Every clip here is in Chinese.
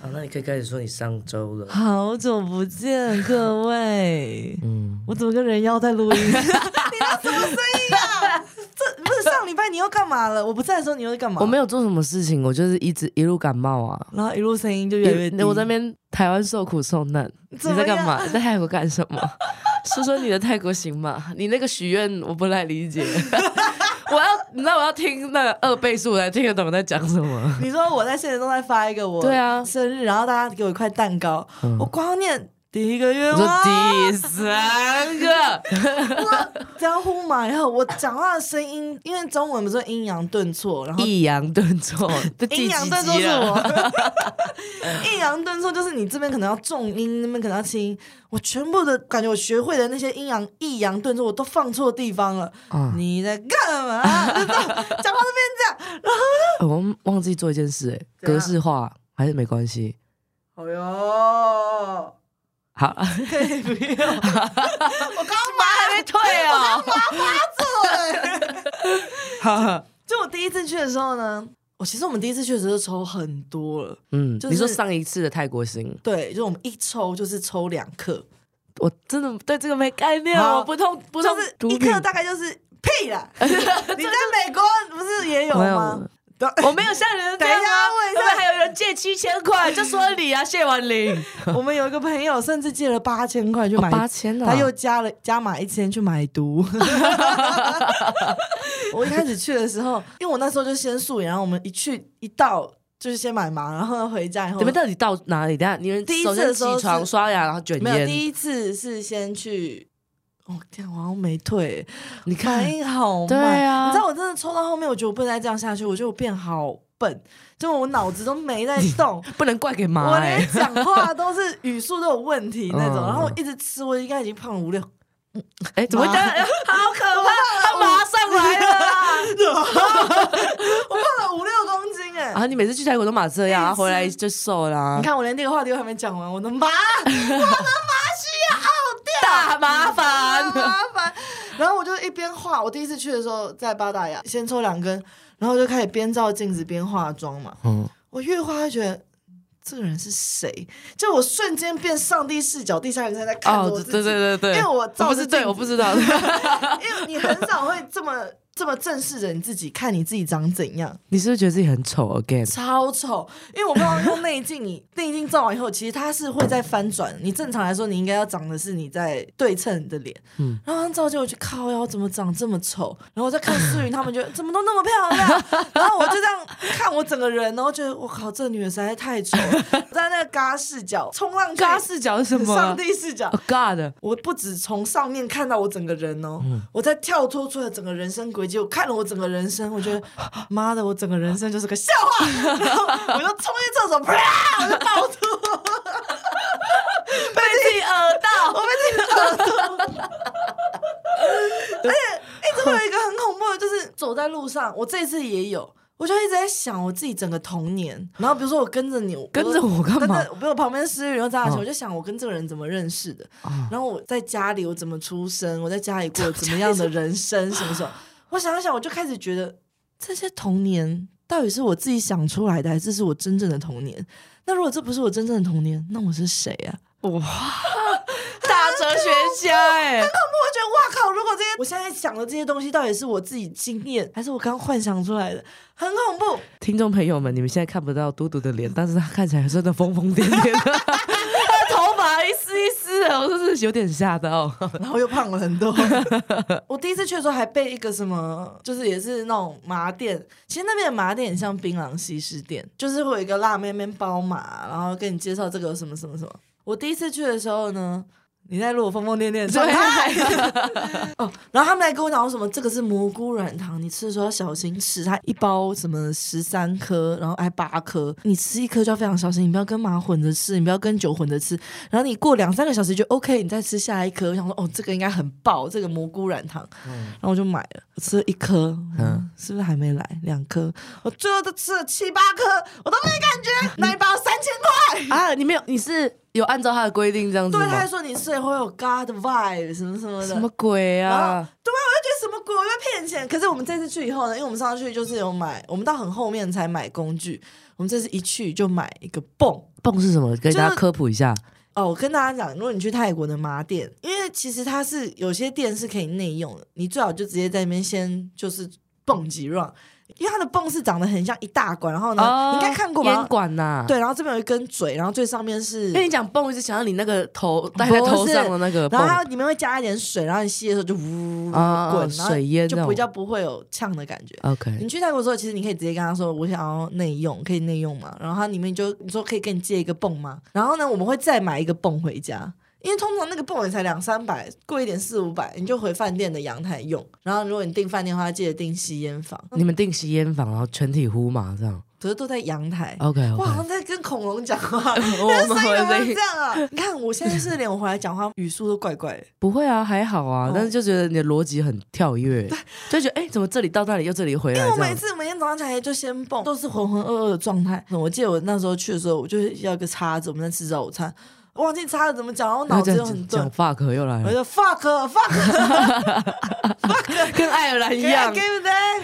好，那你可以开始说你上周了。好久不见，各 位，嗯，我怎么跟人妖在录音？你要什么声音啊？这不是上礼拜你又干嘛了？我不在的时候你又干嘛？我没有做什么事情，我就是一直一路感冒啊。然后一路声音就越来越低。我在那边台湾受苦受难，你怎么在干嘛？样你在泰国干什么？说说你的泰国行吗？你那个许愿我不太理解。我要，你知道我要听那个二倍速来听得懂在讲什么。你说我在现实中在发一个我对啊嗯生日，然后大家给我一块蛋糕，我光念第一个愿我说望，第三个， 这样呼嘛，然后我讲话的声音，因为中文不是阴阳顿挫，然后抑扬顿挫，这 第阴阳几顿挫集啊是了我， 阴阳顿挫就是你这边可能要重音，那边可能要轻音。我全部的感觉，我学会的那些阴阳、抑扬顿挫，我都放错地方了。嗯你在干嘛？ 就是讲话这边这样。哎我们忘记做一件事、哎，怎格样式化还是没关系。哎呦， 好，可以不 要，我刚妈刚还没退哦。麻醉。 就我第一次去的时候呢，我其实我们第一次去的时候就抽很多了， 嗯，就是你说上一次的泰国行，对，就我们一抽就是抽两克。我真的对这个没概念，好我不痛不痛就是毒一品克大概就是屁 啦。你在美国不是也有没有吗？对啊我没有像人这样等一下啊，问一下会不会还有人借七千块？就说你啊，谢婉玲， 我们有一个朋友甚至借了八千块去买、八千啊，他又加了加码一千去买 毒。我一开始去的时候，因为我那时候就先素颜，然后我们一去一到就是先买麻，然后回家以后你们到底到哪里？等一下你们第一次首先的时候起床是刷牙，然后卷没有第烟，一次是先去。哦，天啊，我好像没退，你看反应好慢。对啊你知道我真的抽到后面，我觉得我不能再这样下去，我觉得我变好笨，就我脑子都没在动。不能怪给妈我哎 连，讲话都是语速都有问题那种，嗯然后我一直吃，我应该已经胖了五六， 哎，怎么会这样？好可怕，他马上来了啊。我胖了五六公斤哎、 啊，你每次去泰国都马这样，然后回来就瘦啊啦你，看我连这个话题都还没讲完，我的妈，大 麻 麻烦。烦。然后我就一边画，我第一次去的时候在八大雅先抽两根，然后就开始边照镜子边化妆嘛。嗯，我越画越觉得这个人是谁，就我瞬间变上帝视角，第三人称在看着哦，我对自己。对对对对，因为我照不着是对，镜我子不知道。 因为你很少会这么这么正视着你自己，看你自己长怎样，你是不是觉得自己很丑？Again，超丑。因为我不知道用内镜你，内镜照完以后，其实它是会在翻转。你正常来说，你应该要长的是你在对称你的脸，嗯然后他照镜，我去靠腰怎么长这么丑？然后我再看思云他们，觉得怎么都那么漂亮。然后我就这样看我整个人，然后觉得我靠，这女的实在太丑了，在那个嘎视角冲浪去嘎视角是什么？上帝视角哦，God，我不止从上面看到我整个人哦，我在跳脱出来整个人生轨迹，我看了我整个人生，我觉得妈的，我整个人生就是个笑话。 然后我就冲进厕所，啪，我就爆吐，被自己耳到。我被自己爆吐。而且一直会哎有一个很恐怖的，就是走在路上，我这次也有。我就一直在想我自己整个童年，然后比如说我跟着你，跟着我干嘛跟着比如我旁边思雨，然后张亚勤，嗯我就想我跟这个人怎么认识的，啊然后我在家里我怎么出生，我在家里过怎么样的人生，什 么时候？我想一想，我就开始觉得这些童年到底是我自己想出来的，还是是我真正的童年？那如果这不是我真正的童年，那我是谁啊？大哲学家哎、我觉得哇靠！如果这些我现在想的这些东西，到底是我自己经验，还是我刚幻想出来的？很恐怖。听众朋友们，你们现在看不到嘟嘟的脸，但是他看起来真的疯疯癫癫的，他的头发一丝一丝的，我真是有点吓到。然后又胖了很多。我第一次去的时候还被一个什么，就是也是那种麻店，其实那边的麻店很像槟榔西施店，就是会有一个辣妹妹包马，然后跟你介绍这个什么什么什么。我第一次去的时候呢。你在录我疯疯癫癫 的状态 哦，然后他们来跟我讲说什么，这个是蘑菇软糖，你吃的时候要小心吃，它一包什么十三颗，然后还八颗，你吃一颗就要非常小心，你不要跟麻混着吃，你不要跟酒混着吃，然后你过两三个小时就 OK，你再吃下一颗。我想说，哦，这个应该很爆，这个蘑菇软糖，然后我就买了，我吃了一颗，嗯，是不是还没来？两颗，我最后都吃了七八颗，我都没感觉，那一包三千块，啊，你没有，你是有按照他的规定这样子对，吗？他还说你睡会有 God vibe 什么什么的，什么鬼然后啊？对啊，我就觉得什么鬼，我要骗钱。可是我们这次去以后呢，因为我们上次去就是有买，我们到很后面才买工具，我们这次一去就买一个泵。泵是什么？给是大家科普一下。哦，我跟大家讲，如果你去泰国的麻店，因为其实它是有些店是可以内用的，你最好就直接在那边先就是蹦极 run，因为它的泵是长得很像一大管，然后呢，哦你应该看过烟吧？管呐、，对，然后这边有一根嘴，然后最上面是因为你讲泵就想到你那个头戴在头上的那个然泵后它里面会加一点水，然后你吸的时候就呜啊滚，然后水淹那就种比较不会有呛的感觉。 OK，你去泰国的时候，其实你可以直接跟他说：“我想要内用，可以内用吗？”然后他里面就你说可以跟你借一个泵吗？然后呢，我们会再买一个泵回家，因为通常那个泵也才两三百，贵一点四五百，你就回饭店的阳台用。然后如果你订饭店的话，记得订吸烟房，你们订吸烟房，然后全体呼麻这样。可是都在阳台。 OK 哇，好 OK，像在跟恐龙讲话，哦我们声音有没有会这样啊？你看我现在是连我回来讲话语速都怪怪的。不会啊，还好啊，哦但是就觉得你的逻辑很跳跃，就觉得哎、诶怎么这里到那里又这里回来因为我这每样。次每天早上起来就先蹦，都是浑浑噩噩的状态。我记得我那时候去的时候，我就是要一个叉子，我们在吃早餐，忘记叉子怎么讲，然后我然脑后子哎这又样很子讲，钝 fuck 又来我了，就 fuck fuck 跟爱尔 兰一 give it 样， that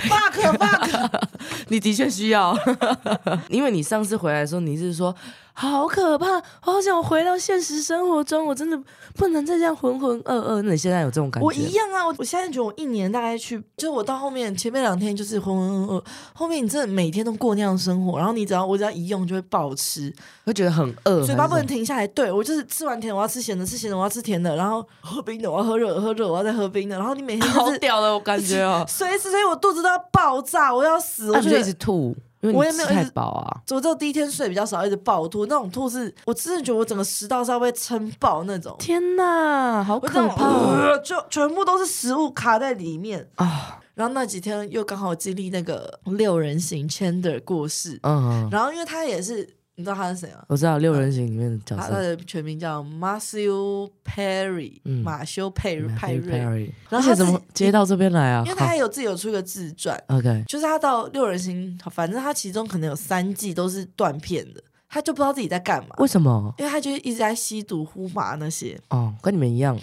fuck fuck，你的确需要， 因为你上次回来的时候，你是说好可怕，我好想回到现实生活中，我真的不能再这样浑浑噩噩。那你现在有这种感觉？我一样啊！我我现在觉得我一年大概去，就是我到后面前面两天就是浑浑噩噩，后面你真的每天都过那样的生活，然后你只要我只要一用就会暴吃，会觉得很饿，嘴巴不还能是停下来。对我就是吃完甜我要吃咸的，吃咸的我要吃甜的，然后喝冰的我要喝热的，喝热的我要再喝冰的，然后你每天什就么好是，屌的，我感觉哦随时，所以我肚子都要爆炸，我要死，那我啊你觉就得一直。吐，因我为也你没吃有一太直饱啊。我只有第一天睡比较少，一直暴吐，那种吐是，我真的觉得我整个食道是要被撑爆那种，天哪，好我可怕哦呃就全部都是食物卡在里面。啊！然后那几天又刚好经历那个六人行 Chandler 过世，嗯，然后因为他也是，你知道他是谁吗？我知道六人行里面的角他他色的全名叫 Matthew Perry，、嗯马修佩瑞 Matthew 派瑞， Perry 然而后且他怎么自己接到这边来啊因为他还有自己有出一个自传，好？OK，就是他到六人行，反正他其中可能有三季都是断片的，他就不知道自己在干嘛，为什么？因为他就一直在吸毒、呼麻那些，哦，跟你们一样，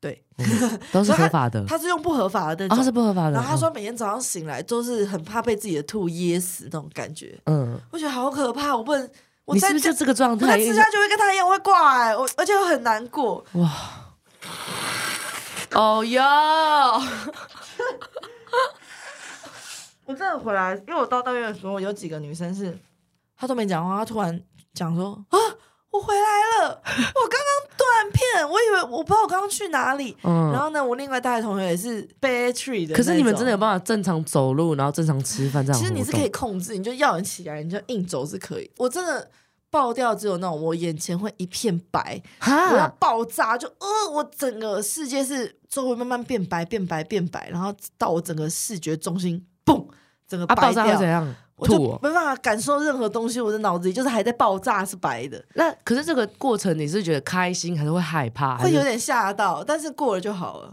对，都是所以合法的。他是用不合法的那啊，种。嗯是不合法的。然后他嗯说，每天早上醒来都是很怕被自己的吐噎死那种感觉，嗯，我觉得好可怕。我不能，我你是再不是就这这个状我态？再一吃直下去会跟他一样我会挂、欸，我而且我很难过。哇！哦哟， 我真的回来，因为我到那边的时候，有几个女生是，她都没讲话，她突然讲说啊，我回来了，我刚刚断片，我以为我不知道我刚刚去哪里。嗯，然后呢，我另外大学同学也是 bad tree 的那种，可是你们真的有办法正常走路，然后正常吃饭这样？其实你是可以，控制，你就要人起来，你就硬走是可以。我真的爆掉，只有那种我眼前会一片白，我要哈，啊爆炸，就呃，我整个世界是周围慢慢变白、变白、变白，然后到我整个视觉中心，嘣，整个啊，白爆炸会掉怎。样？我就吐哦。没办法感受任何东西，我的脑子里就是还在爆炸，是白的，那可是这个过程，你是觉得开心还是会害怕？还会是有点吓到，但是过了就好了。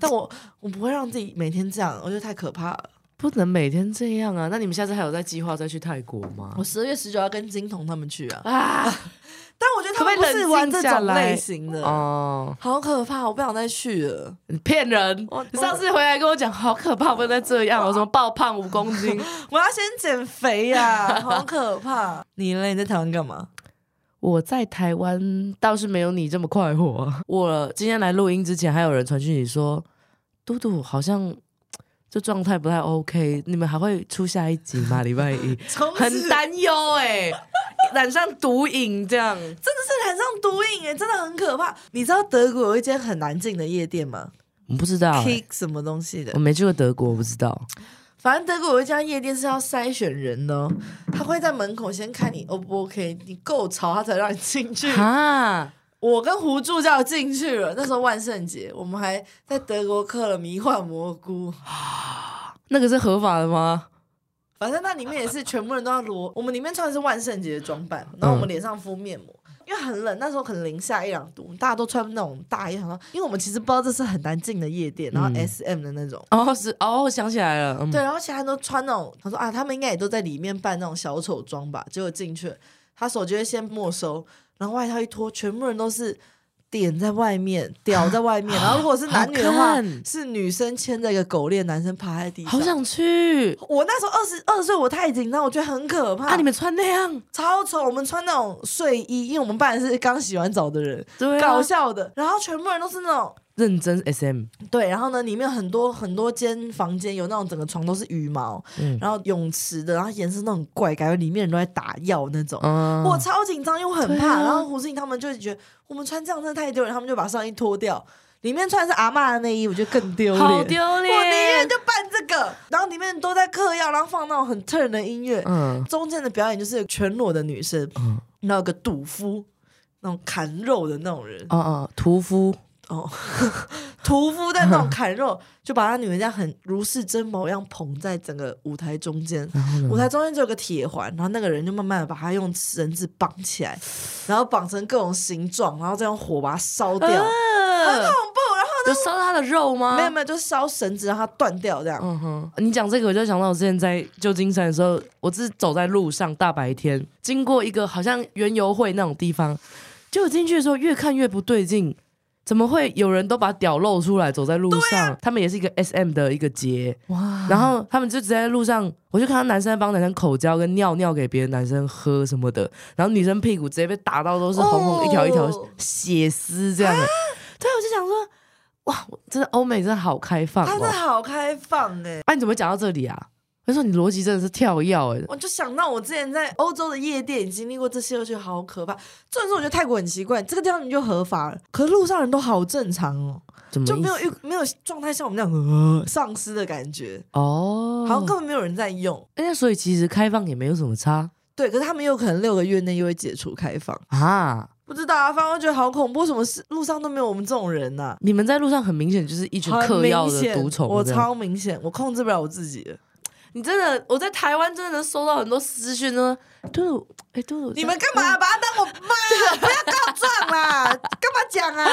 但我我不会让自己每天这样，我觉得太可怕了。不能每天这样啊？那你们下次还有在计划再去泰国吗我？十二月十九要跟金童他们去啊，啊， 但我觉得他们可不不可以是玩冷静这下种来类型的，哦，好可怕，我不想再去了。你骗人我！你上次回来跟我讲，好可怕，不能再这样，我什么爆胖五公斤？我要先减肥呀、 好可怕！你嘞？你在台湾干嘛？我在台湾倒是没有你这么快活。 我今天来录音之前，还有人传讯息说，嘟嘟好像这状态不太 OK，你们还会出下一集 吗？礼拜一从此很担忧哎，染上毒瘾这样。真的是染上毒瘾哎，真的很可怕。你知道德国有一间很难进的夜店吗、我不知道、 k i 欸 c，k 什么东西的我？没去过德国，我不知道。反正德国有一家夜店是要筛选人的、哦，他会在门口先看你 O 不 OK，你够潮他才让你进嗯去。哈，我跟胡助教进去了，那时候万圣节，我们还在德国嗑了迷幻蘑菇。那个是合法的吗？反正那里面也是全部人都要裸，我们里面穿的是万圣节的装扮，然后我们脸上敷面膜，因为很冷，那时候可能零下一两度，大家都穿那种大衣，然后因为我们其实不知道这是很难进的夜店，然后嗯 S M 的那种。哦，是哦，我想起来了，嗯、对，然后其他人都穿那种，他说啊，他们应该也都在里面扮那种小丑装吧，结果进去了他手机会先没收，然后外套一脱，全部人都是。点在外面，屌在 外面，然后如果是男女的好话看，是女生牵着一个狗链，男生趴在地上。好想去我那时候二十二岁，我太紧张，我觉得很可怕。啊！你们穿那样，超丑，我们穿那种睡衣，因为我们班的是刚洗完澡的人，对啊搞笑的。然后全部人都是那种认真 SM，对，然后呢，里面有很多很多间房间有那种整个床都是羽毛，嗯然后泳池的，然后颜色都很怪，感觉里面人都在打药那种。嗯，我超紧张，因为我很对怕。啊然后胡志颖他们就觉得我们穿这样真的太丢人，他们就把上衣脱掉，里面穿的是阿嬷的内衣，我觉得更丢脸。好丢脸，我宁愿就办这个，然后里面都在嗑药，然后放那种很 turn 的音乐，嗯中间的表演就是有全裸的女生，嗯然后有个赌夫，那种砍肉的那种人，哦哦，屠夫哦，屠夫在那种砍肉， 就把他女儿这样很如释珍宝一样捧在整个舞台中间，舞台中间就有个铁环，然后那个人就慢慢的把他用绳子绑起来，然后绑成各种形状，然后再用火把它烧掉，啊很恐怖。然后有烧他的肉吗？没有没有，就烧绳子让它断掉这样。嗯哼，你讲这个我就想到我之前在旧金山的时候，我是走在路上，大白天经过一个好像园游会那种地方，就我进去的时候越看越不对劲，怎么会有人都把屌露出来走在路上？他们也是一个 S M 的一个节，哇，然后他们就直接在路上，我就看到男生在帮男生口交跟尿尿给别的男生喝什么的，然后女生屁股直接被打到都是红红哦一条一条血丝这样的，对，我就想说，哇，真的欧美真的好开放、哦，他真的好开放哎、啊，你怎么会讲到这里啊？他说你逻辑真的是跳跃哎、我就想到我之前在欧洲的夜店也经历过这些，我觉得好可怕。重点是我觉得泰国很奇怪，这个地方你就合法了，可是路上人都好正常哦，怎么就没意有思遇没有状态像我们那样呃丧尸的感觉，哦？好像根本没有人在用。哎那所以其实开放也没有什么差对，可是他们有可能六个月内又会解除开放，啊。不知道啊，反正我觉得好恐怖，什么事路上都没有我们这种人呐、你们在路上很明显就是一群很嗑药明的显，毒虫，我这样超明显，我控制不了我自己了。你真的，我在台湾真的能收到很多私讯呢。嘟嘟，哎、嘟嘟，你们干嘛把他当我妈？不要告状啦！ 干嘛讲啊？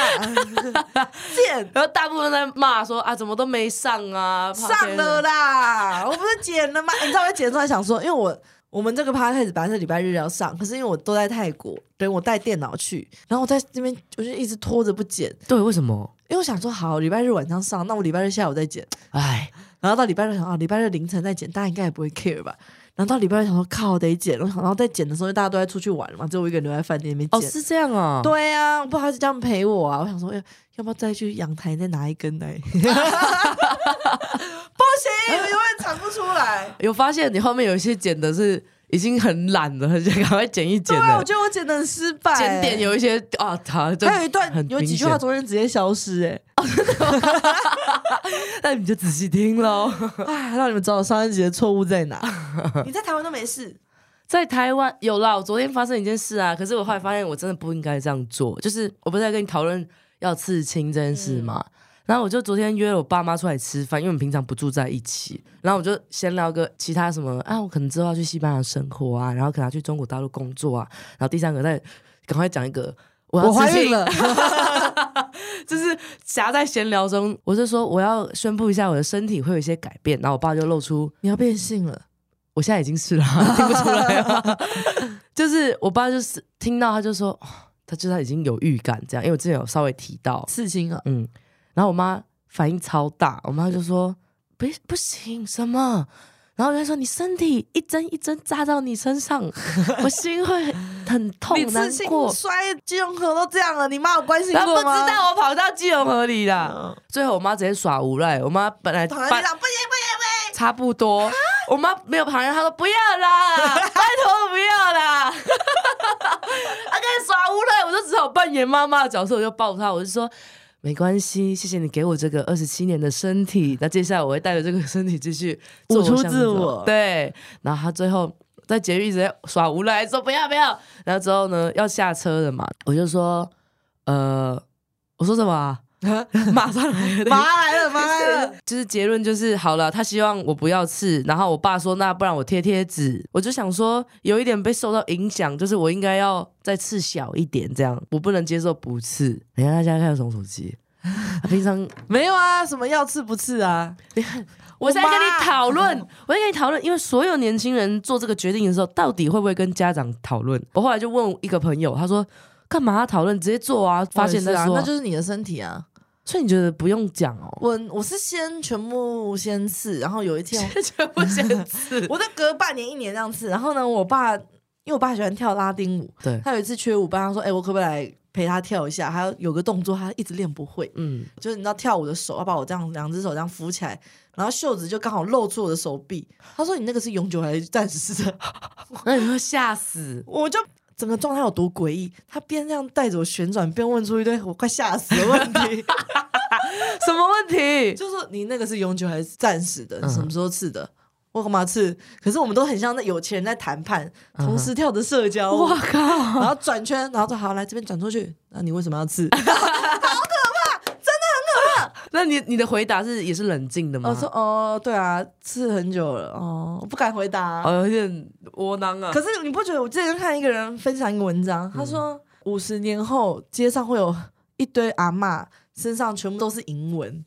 贱！然后大部分都在骂说啊，怎么都没上啊，上了啦，啦，我不是剪了吗？你知道我剪出来想说，因为我我们这个 podcast 本来是礼拜日要上，可是因为我都在泰国，等于我带电脑去，然后我在这边我就一直拖着不剪，对，为什么？因为我想说好礼拜日晚上上，那我礼拜日下午再剪，哎，然后到礼拜六想啊礼拜日凌晨再剪，大家应该也不会 care 吧。然后到礼拜六想说靠得剪，我想然后在剪的时候大家都在出去玩嘛，只有我一个人留在饭店里面哦，剪。是这样啊，对啊，不好意思这样陪我啊！我想说，要要不要再去阳台再拿一根来？ 不行，我永远产不出来。有发现你后面有一些剪的是已经很懒了，很想赶快剪一剪对了。啊，我觉得我剪的很失败、检点有一些啊，他还有一段很有几明句显话中间直接消失、哎 那你就仔细听喽。哎，哎，让你们知道我上一集的错误在 哪。你在台湾都没事，在台湾有啦，我昨天发生一件事啊，可是我后来发现我真的不应该这样做，就是我不是在跟你讨论要刺青这件事吗？嗯然后我就昨天约了我爸妈出来吃饭，因为我们平常不住在一起。然后我就先聊个其他什么啊，我可能之后要去西班牙生活啊，然后可能要去中国大陆工作啊。然后第三个再赶快讲一个，我要我怀刺孕青了。 就是夹在闲聊中，我是说我要宣布一下我的身体会有一些改变，然后我爸就露出你要变性了，我现在已经是了， 听不出来啊。 就是我爸就是听到他就说，哦他就他已经有预感这样，因为我之前有稍微提到，刺青啊！嗯，然后我妈反应超大，我妈就说不不行什么，然后我就说你身体一针一针扎到你身上，我心会很痛你难刺青过。摔金融河都这样了，你妈有关心他不过知吗？道我跑到基隆河里啦，嗯最后我妈直接耍无赖，我妈本来躺在把地上，不行不行不行！差不多。我妈没有旁人，她说不要 啦，拜托不要啦。她 开始耍无赖，我就只好扮演妈妈的角色，我就抱她，我就说没关系，谢谢你给我这个二十七年的身体，那接下来我会带着这个身体继续做舞出想自做我对，然后她最后。在监狱直接耍无赖，说不要不要，然后之后呢要下车了嘛，我就说，呃，我说什么、 啊？马上来了，妈来了，妈来了！就是结论就是好了，他希望我不要刺，然后我爸说那不然我贴贴纸，我就想说有一点被受到影响，就是我应该要再刺小一点，这样我不能接受不刺。等一下大家看有什么手机？啊平常 没有啊，什么要吃不吃啊？ 我在跟妈你讨论，我在跟你讨论，因为所有年轻人做这个决定的时候，到底会不会跟家长讨论？我后来就问一个朋友，他说干嘛要讨论，直接做啊，发现再我也是说啊。啊，那就是你的身体啊。所以你觉得不用讲 哦？我我是先全部先刺，然后有一天我这不显刺我在隔半年一年这样刺，然后呢，我爸因为我爸喜欢跳拉丁舞，对，他有一次缺舞班，他说：“哎、我可不可以来陪他跳一下？”还有有个动作他一直练不会， 嗯，就是你知道跳舞的手要把我这样两只手这样扶起来，然后袖子就刚好露出我的手臂。他说：“你那个是永久还是暂时的 那你会吓死？”。我就整个状态有多诡异，他边这样带着我旋转，边问出一堆我快吓死的问题， 什么问题？就说：“你那个是永久还是暂时的？嗯你什么时候刺的？”我干嘛刺？可是我们都很像那有钱人在谈判，嗯同时跳着社交舞我靠！然后转圈，然后说好来这边转出去。那你为什么要刺？嗯那你你的回答是也是冷静的吗？我说哦，对啊，刺很久了哦，我不敢回答、哦，有点窝囊啊。可是你不觉得我之前看一个人分享一个文章，他嗯说五十年后街上会有一堆阿嬷身上全部都是银纹，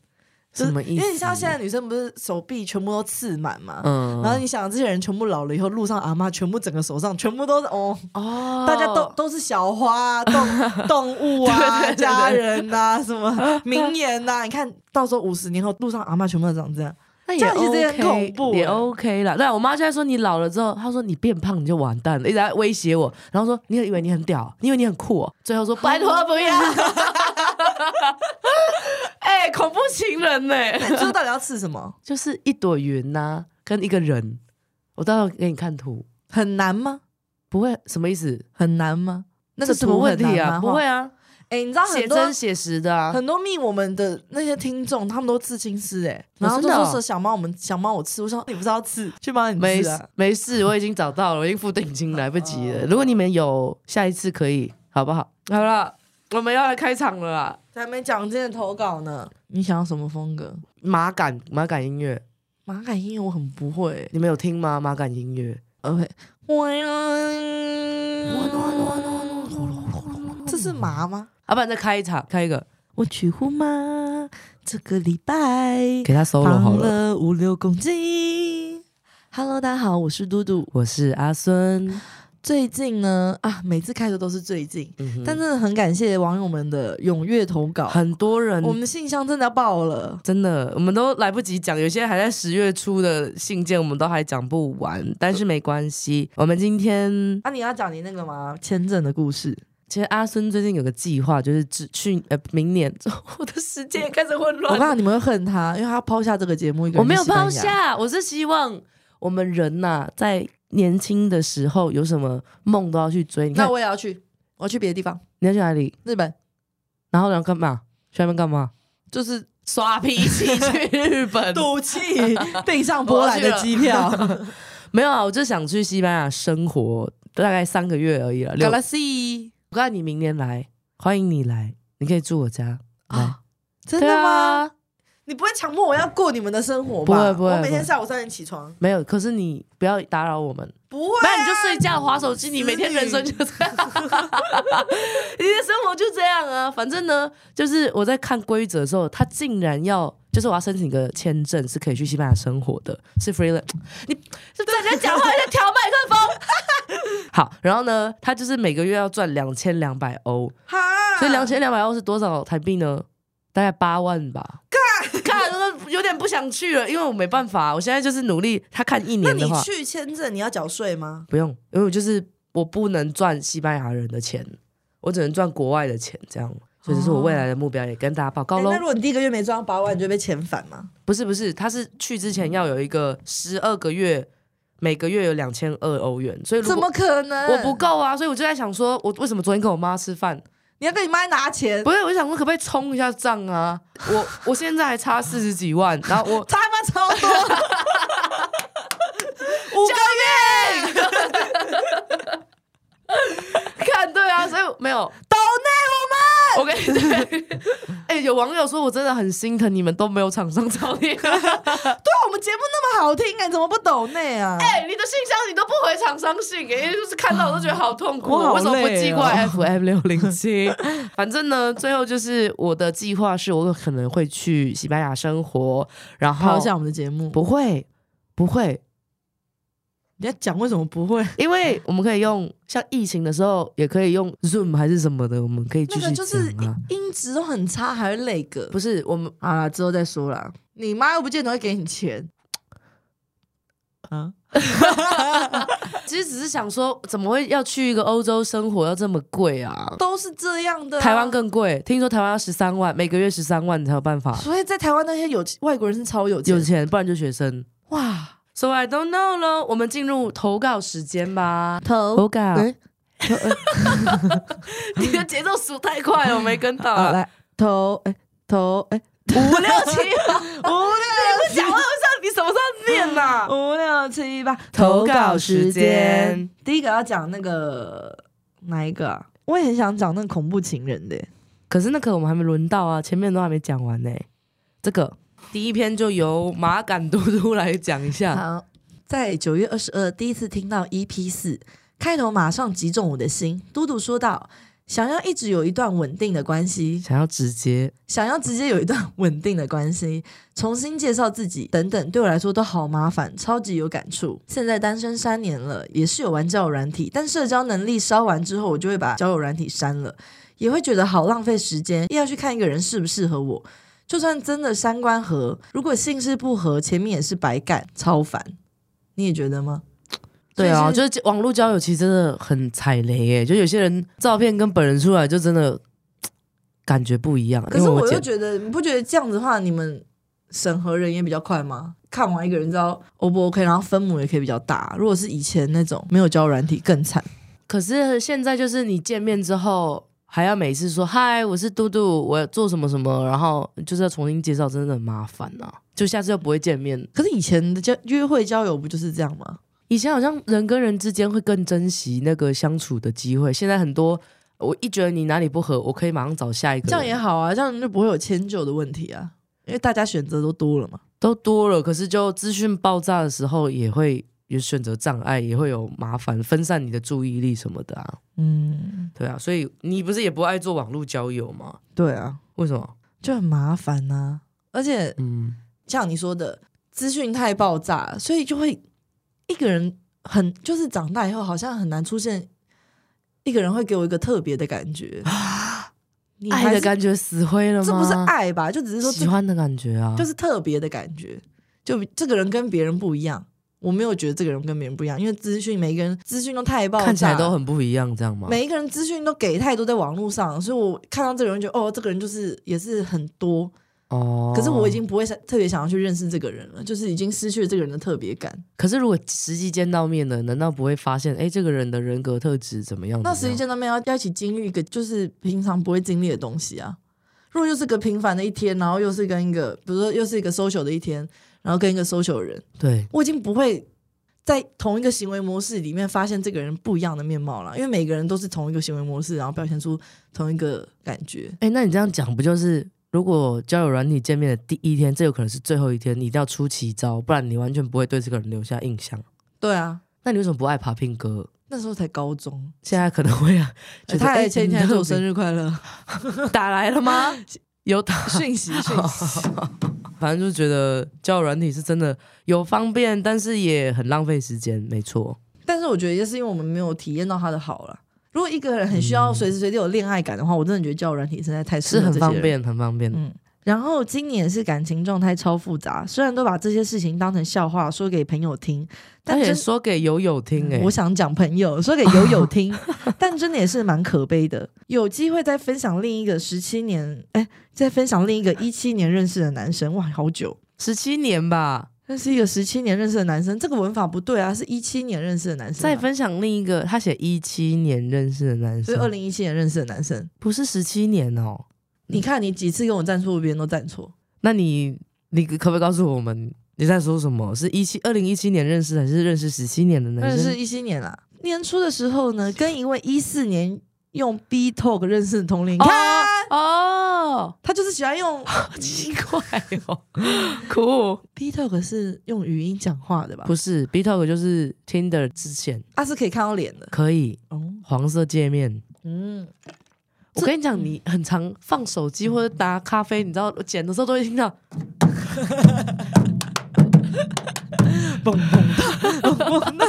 就是什么意思因为你像现在女生不是手臂全部都刺满嘛，嗯然后你想这些人全部老了以后，路上阿嬷全部整个手上全部都是哦，哦大家都都是小花、啊、 动动物啊、对对对对家人呐、啊、什么名言 啊呐、你看到时候五十年后路上阿嬷全部都长这样，那这也样其实 OK，也很恐怖也欸 OK 啦。对啊，我妈就在说你老了之后，她说你变胖你就完蛋了，一直在威胁我，然后说你以为你很屌，你以为你很酷、哦，最后 说拜托不要。 哎、恐怖情人呢、你知道到底要刺什么？就是一朵云呐、跟一个人。我到时候给你看图，很难吗？不会什么意思？很难吗？那个这什么图很问题难啊？吗不会，啊，哎、你知道写很多真写实的啊。很多密我们的那些听众，他们都刺青师哎、然后真就的哦说是小猫，我们小猫我吃，我想哎你不知道刺，去帮你没吃事啊。没事，我已经找到了，我已经付定金，来不及了。如果你们有，下一次可以，好不好？哦好了，我们要来开场了啦。还没讲今天的投稿呢，你想要什么风格？马感马感音乐，马凯音乐我很不会、欸。你们有听吗？马感音乐， OK，我这是麻吗？啊要、不然再开一场，开一个我去呼麻，这个礼拜给他 solo 好胖了。了五六公斤。Hello，大家好，我是嘟嘟。我是阿孙，最近呢，啊，每次开头都是最近，嗯哼但真的很感谢网友们的踊跃投稿，很多人我们的信箱真的要爆了。真的，我们都来不及讲，有些还在十月初的信件，我们都还讲不完，但是没关系，我们今天啊，你要讲你那个吗？签证的故事， 其实阿孙最近有个计划，就是去去呃明年， 我的时间也开始混我乱了。怕你们会恨他，因为他抛下这个节目一个人我没有去西班抛牙，下，我是希望我们人呐、在年轻的时候有什么梦都要去追。你看那，我也要去，我要去别的地方，你要去哪里？日本，然后你要干嘛？去那边干嘛？就是耍脾气去日 本 赌气订上波兰的机 票没有啊，我就想去西班牙生活，大概三个月而已了。六，Galaxy 我告诉你，明年来，欢迎你来，你可以住我家。来，啊，真的吗？对啊？你不会强迫我要过你们的生活吧？不会不会我每不天会下午三点起床，没有，可是你不要打扰我们。不会。啊那你就睡觉、划手机，你子每天人生女就这样，你的生活就这样啊。反正呢，就是我在看规则的时候，他竟然要，就是我要申请个签证，是可以去西班牙生活的，是 freelance。你是不是在家讲话在调麦克风？好，然后呢，他就是每个月要赚两千两百欧，哈，所以两千两百欧是多少台币呢？大概八万吧。看，看，都有点不想去了，因为我没办法，我现在就是努力。他看一那年你的话，去签证你要缴税吗？不用，因为我就是我不能赚西班牙人的钱，我只能赚国外的钱，这样，所以这是我未来的目标，也跟大家报告诶喽那。如果你第一个月没赚到八万，你就被遣返吗？不是不是，他是去之前要有一个十二个月，每个月有两千二欧元，所以如怎么果可能？我不，够啊，所以我就在想说，我为什么昨天跟我妈吃饭，你要跟你妈拿钱， 不是，我就想说可不可以冲一下账啊？我我现在还差四十几万，然后我差他妈 超多，五个月看对啊，所以没有哦抖内我跟你对，哎、有网友说我真的很心疼你们都没有厂商找你，对啊，我们节目那么好听哎、怎么不抖内啊？ 哎、你的信箱你都不回厂商信、哎，就是看到我都觉得好痛苦，我好为什么不累寄哦过来 FM 六零七？ 反正呢，最后就是我的计划是我可能会去西班牙生活，然后抛下我们的节目，不会不会，你在讲为什么不会？因为我们可以用像疫情的时候也可以用 Zoom 还是什么的，我们可以继 那续个就是讲啊音音质都很差，还会累个。不是我们好了，之后再说啦。你妈又不见得会给你钱。啊，其实只是想说，怎么会要去一个欧洲生活要这么贵啊？都是这样的啊、台湾更贵，听说台湾要十三万，每个月十三万你才有办法所以在台湾那些有外国人是超有钱有钱，不然就学生。哇， So I don't know 咯，我们进入投稿时间吧。头投稿，哎你的节奏数太快了，我没跟到啊 啊。来头哎头哎五六七八，五六讲我上你什么时候念呐、 五六七八投稿时间，第一个要讲那个哪一个啊？我也很想讲那个恐怖情人的耶，可是那个我们还没轮到啊，前面都还没讲完呢、这个第一篇就由马敢嘟嘟来讲一下。好，在九月二十二第一次听到 EP 四，开头马上击中我的心。嘟嘟说道：“想要一直有一段稳定的关系，想要直接想要直接有一段稳定的关系， 重新介绍自己等等，对我来说都好麻烦，超级有感触。现在单身三年了，也是有玩交友软体，但社交能力烧完之后，我就会把交友软体删了，也会觉得好浪费时间，又要去看一个人适不适合我。”就算真的三观合，如果性事不合，前面也是白干，超烦。你也觉得吗？对啊，所以是就是网络交友其实真的很踩雷耶，就有些人照片跟本人出来就真的感觉不一样。可啊因是为我又剪觉得，你不觉得这样子的话，你们审核人也比较快吗？看完一个人知道 O 不 OK，然后分母也可以比较大。如果是以前那种没有交友软体更惨，可是现在就是你见面之后还要每次说嗨，我是嘟嘟，我要做什么什么，然后就是要重新介绍，真的很麻烦啊。就下次又不会见面。可是以前的交约会交友不就是这样吗？以前好像人跟人之间会更珍惜那个相处的机会，现在很多我一觉得你哪里不合，我可以马上找下一个人。这样也好啊，这样就不会有迁就的问题啊，因为大家选择都多了嘛。都多了，可是就资讯爆炸的时候也会有选择障碍，也会有麻烦，分散你的注意力什么的啊。嗯，对啊，所以你不是也不爱做网络交友吗？对啊，为什么？就很麻烦呐、而且嗯，像你说的，资讯太爆炸，所以就会一个人很就是长大以后，好像很难出现一个人会给我一个特别的感 觉，你还是爱的感觉死灰了吗？这不是爱吧？就只是说喜这欢的感觉啊，就是特别的感觉，就这个人跟别人不一样。我没有觉得这个人跟别人不一样，因为资讯每一个人资讯都太爆炸，看起来都很不一样，这样吗？每一个人资讯都给太多在网络上，所以我看到这个人就觉得哦，这个人就是也是很多，哦，可是我已，经不会想特别想要去认识这个人了，就是已经失去了这个人的特别感。可是如果实际见到面了，难道不会发现，哎，这个人的人格特质怎么样？那怎实么际样见到面要要一起经历一个就是平常不会经历的东西啊。如果又是个平凡的一天，然后又是跟一个，比如说又是一个 social 的一天，然后跟一个 social 的人，对，我已经不会在同一个行为模式里面发现这个人不一样的面貌了，因为每个人都是同一个行为模式，然后表现出同一个感觉。哎，那你这样讲不就是？如果交友软体见面的第一天，这有可能是最后一天，你一定要出奇招，不然你完全不会对这个人留下印象。对啊，那你为什么不爱爬聘哥？那时候才高中，现在可能会 啊，觉得他还哎前你几天特祝我别生日快 乐 打来了吗？ 有打，讯息讯 息。反正就觉得交友软体是真的有方便，但是也很浪费时间，没错。但是我觉得也是因为我们没有体验到他的好了。如果一个人很需要随时随地有恋爱感的话，我真的觉得交友软体实在太适是合很这些方人。便，很方便。嗯然后今年是感情状态超复杂，虽然都把这些事情当成笑话说给朋友听，但但也真嗯说给友友听哎、我想讲朋友说给友友 听，但真的也是蛮可悲的。有机会再分享另一个十七年，哎，再分享另一个一七年认识的男生，哇，好久。十七年吧，那是一个十七年认识的男生，这个文法不对啊，是一七年认识的男生再啊，分享另一个，他写一七年认识的男所以二生，零一七年认识的男生。不是十七年哦。你看你几次跟我站错，别人都站错。那你你可不可以告诉我们你在说什么？是一七二零一七年认识还是认识十七年的男认识生？一七年啦，年初的时候呢，跟一位一四年用 B Talk 认识的同龄，哦看啊哦，他就是喜欢用好奇怪哦，酷， B Talk 是用语音讲话的吧？不是，是 B Talk 就是 Tinder 之前他是可以看到脸的。可以哦，黄色界面。嗯，我跟你讲，你很常放手机或者打咖啡，你知道我剪的时候都会听 到，蹦蹦哒，蹦蹦哒。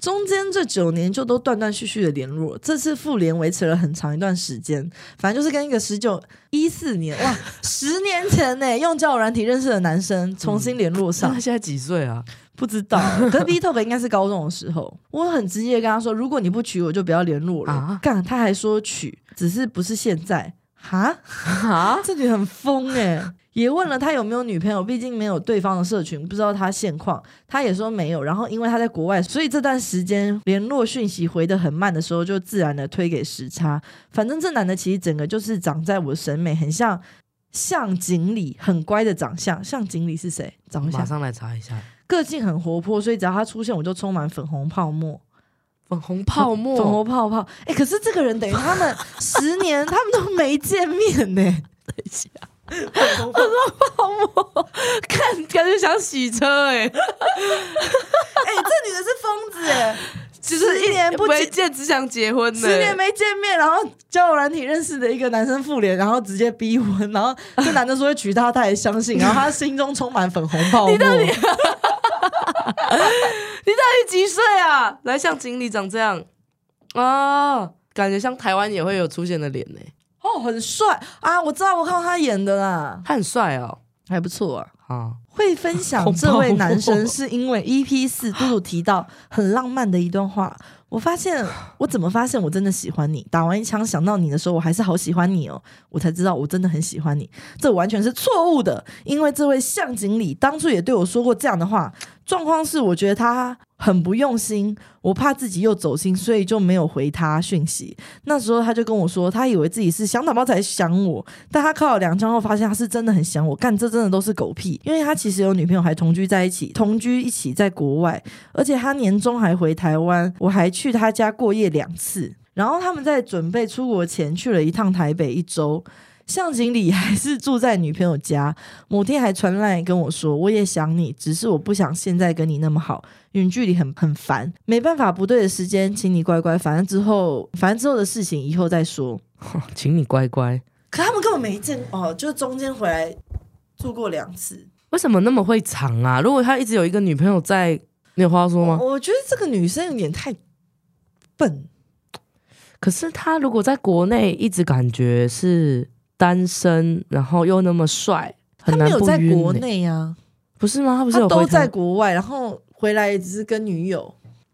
中间这九年就都断断续续的联络，这次复联维持了很长一段时间，反正就是跟一个十九一四年哇，十年前呢、用交友软体认识的男生重新联络上他，现在几岁啊？不知 道，可是 B Talk 应该是高中的时候，我很直接地跟他说，如果你不娶我就不要联络了。啊干，他还说娶，只是不是现在。哈，啊，这女很疯哎、 也问了他有没有女朋友，毕竟没有对方的社群，不知道他现况。他也说没有。然后因为他在国外，所以这段时间联络讯息回的很慢的时候，就自然的推给时差。反正这男的其实整个就是长在我审美，很像向锦鲤，很乖的长相。向锦鲤是谁？找一马下。上来查一下。个性很活泼，所以只要他出现，我就充满粉红泡沫。粉红泡沫， 粉红泡泡，哎、可是这个人等于他 们十年，他们都没见面呢、看感觉想洗车哎、哎、这女的是疯子哎、就十年不没见见只想结婚欸呢、十年没见面，然后交友软体认识的一个男生复联，然后直接逼婚，然后这男的说会娶她，她也相 信，然后她心中充满粉红泡沫。你到底你到底几岁啊？来像锦鲤长这样啊，感觉像台湾也会有出现的脸呢、哦，很帅啊！我知道，我看到他演的啦，他很帅哦，还不错啊。啊，会分 享红这包位男生是因为 EP 四嘟嘟提到很浪漫的一段话。我发现，我怎么发现我真的喜欢你？打完一枪想到你的时候，我还是好喜欢你哦。我才知道我真的很喜欢你，这完全是错误的。因为这位向经理当初也对我说过这样的话。状况是，我觉得他很不用心，我怕自己又走心，所以就没有回他讯息。那时候他就跟我说，他以为自己是想打包才想我，但他靠了两枪后，发现他是真的很想我，干这真的都是狗屁，因为他其实有女朋友，还同居在一起，同居一起在国外，而且他年终还回台湾，我还去他家过夜两次。 然后他们在准备出国前去了一趟台北一周，向经理还是住在女朋友家。某天还传来跟我说，我也想你，只是我不想现在跟你那么好，远距离很很烦，没办法，不对的时间，请你乖乖，反正之后反正之后的事情以后再说。请你乖乖。可他们根本没见哦，就是中间回来住过两次。为什么那么会藏啊？如果他一直有一个女朋友在，你有话说吗？我觉得这个女生有点太笨，可是他如果在国内一直感觉是单身，然后又那么帅，她很没难有不在晕国欸内啊，不是吗？他不是她有都回台在国外，然后回来也只是跟女友。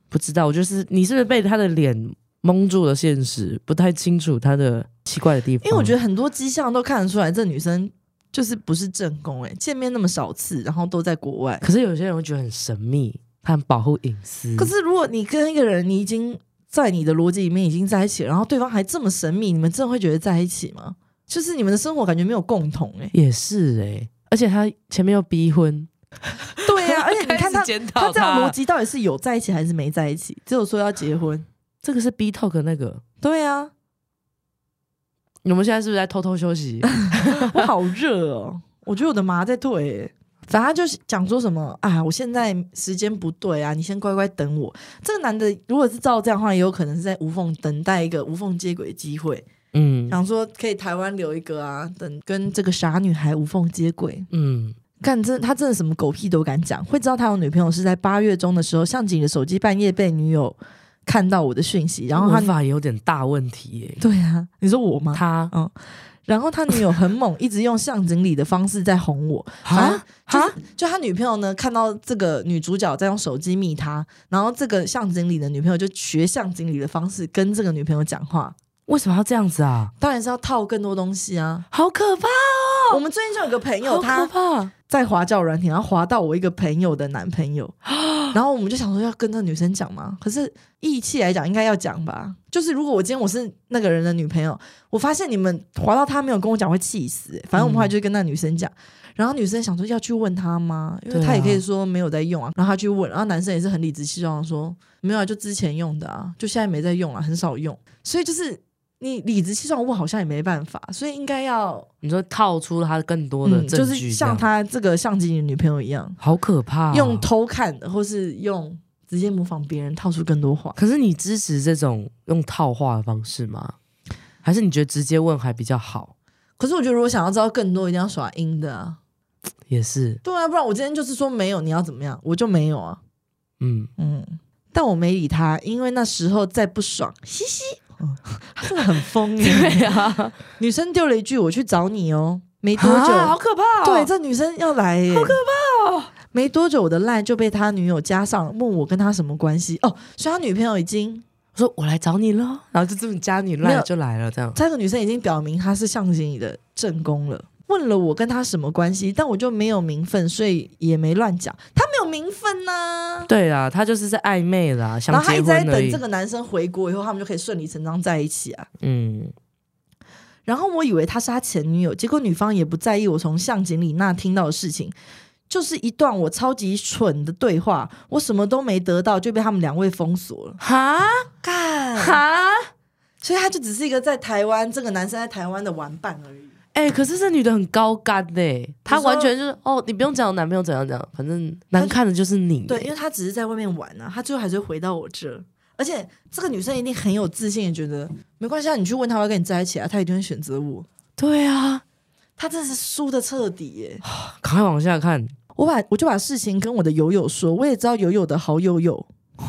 不知道，我就是你是不是被他的脸蒙住了现实，不太清楚他的奇怪的地方。因为我觉得得很多迹象都看得出来，这女生就是不是正宫哎、见面那么少次，然后都在国外。可是有些人会觉得很神秘，他很保护隐私。可是如果你跟一个人，你已经在你的逻辑里面已经在一起了，然后对方还这么神秘，你们真的会觉得在一起吗？就是你们的生活感觉没有共同 哎、也是哎、而且他前面又逼婚，对啊呀、而且你看开她始检讨他他这样逻辑到底是有在一起还是没在一起？只有说要结婚，这个是 B Talk 那个。 对啊，你们现在是不是在偷偷休息？我好热哦，我觉得我的麻在退耶、反正他就是讲说什么啊，我现在时间不对啊，你先乖乖等我。这个男的如果是照这样的话，也有可能是在无缝等待一个无缝接轨的机会，嗯想说可以台湾留一个啊，等跟这个傻女孩无缝接轨。嗯，干真的他真的什么狗屁都敢讲，会知道他有女朋友是在八月中的时候，向景的手机半夜被女友看到我的讯息，然后他文法有点大问题耶、对啊，你说我吗？他然后他女友 很猛，一直用向经理的方式在哄我。啊就啊是，就他女朋友呢，看到这个女主角在用手机密他，然后这个向经理的女朋友就学向经理的方式跟这个女朋友讲话，为什么要这样子啊？当然是要套更多东西啊。好可怕我们最近就有个朋哦，友，好可他怕！在滑教软体，然后滑到我一个朋友的男 朋友，然后我们就想说要跟这女生讲嘛，可是义气来讲应该要讲吧。就是如果我今天我是那个人的女朋友，我发现你们滑到她没有跟我讲，会气死、欸反正我们后来就跟那女生讲，然后女生想说要去问她吗？因嗯为对啊她也可以说没有在用啊，然后她去问，然后男生也是很理直气壮的说没有啊，就之前用的啊，就现在没在用啊，很少用。所以就是你理直气壮问好像也没办法，所以应该要你说套出他更多的嗯证据这样，就是像他这个相机女朋友一样，好可怕、用。偷看的，或是用直接模仿别人套出更多话。可是你支持这种用套话的方式吗？还是你觉得直接问还比较好？可是我觉得，如果想要知道更多，一定要耍阴的啊。也是，对啊，不然我今天就是说没有，你要怎么样，我就没有啊。嗯，嗯，但我没理他，因为那时候再不爽，嘻嘻，哦他真的很疯 耶。对啊，女生丢了一句：“我去找你哦。”没多久，啊好可怕、哦，对，这女生要来耶，好可怕哦！没多久，我的赖就被他女友加上了，问我跟他什么关系哦，所以他女朋友已经我说我来找你了，然后就这么加你没赖有就来了，这样这个女生已经表明她是象形里的正宫了。问了我跟她什么关系，但我就没有名分，所以也没乱讲。她没有名分呐、对啊，他就是在暧昧啦，想然后她一结直在婚而等已这。个男生回国以后，他们就可以顺理成章在一起啊。嗯，然后我以为她是他前女友，结果女方也不在意我从向井里那听到的事情，就是一段我超级蠢的对话，我什么都没得到就被他们两位封锁 了。哈嗯干，哈，所以他就只是一个在台湾这个男生在台湾的玩伴而已。哎、可是这女的很高干呢、她你说完全就是哦，你不用讲我男朋友怎样怎样，反正难看的就是你、对，因为他只是在外面玩啊，他最后还是会回到我这。而且这个女生一定很有自信，也觉得没关系啊，你去问他，我要跟你在一起啊，他一定会选择我。对啊，他真的是输的彻底耶！赶快往下看，我把我就把事情跟我的友友说，我也知道友友的好友友， 我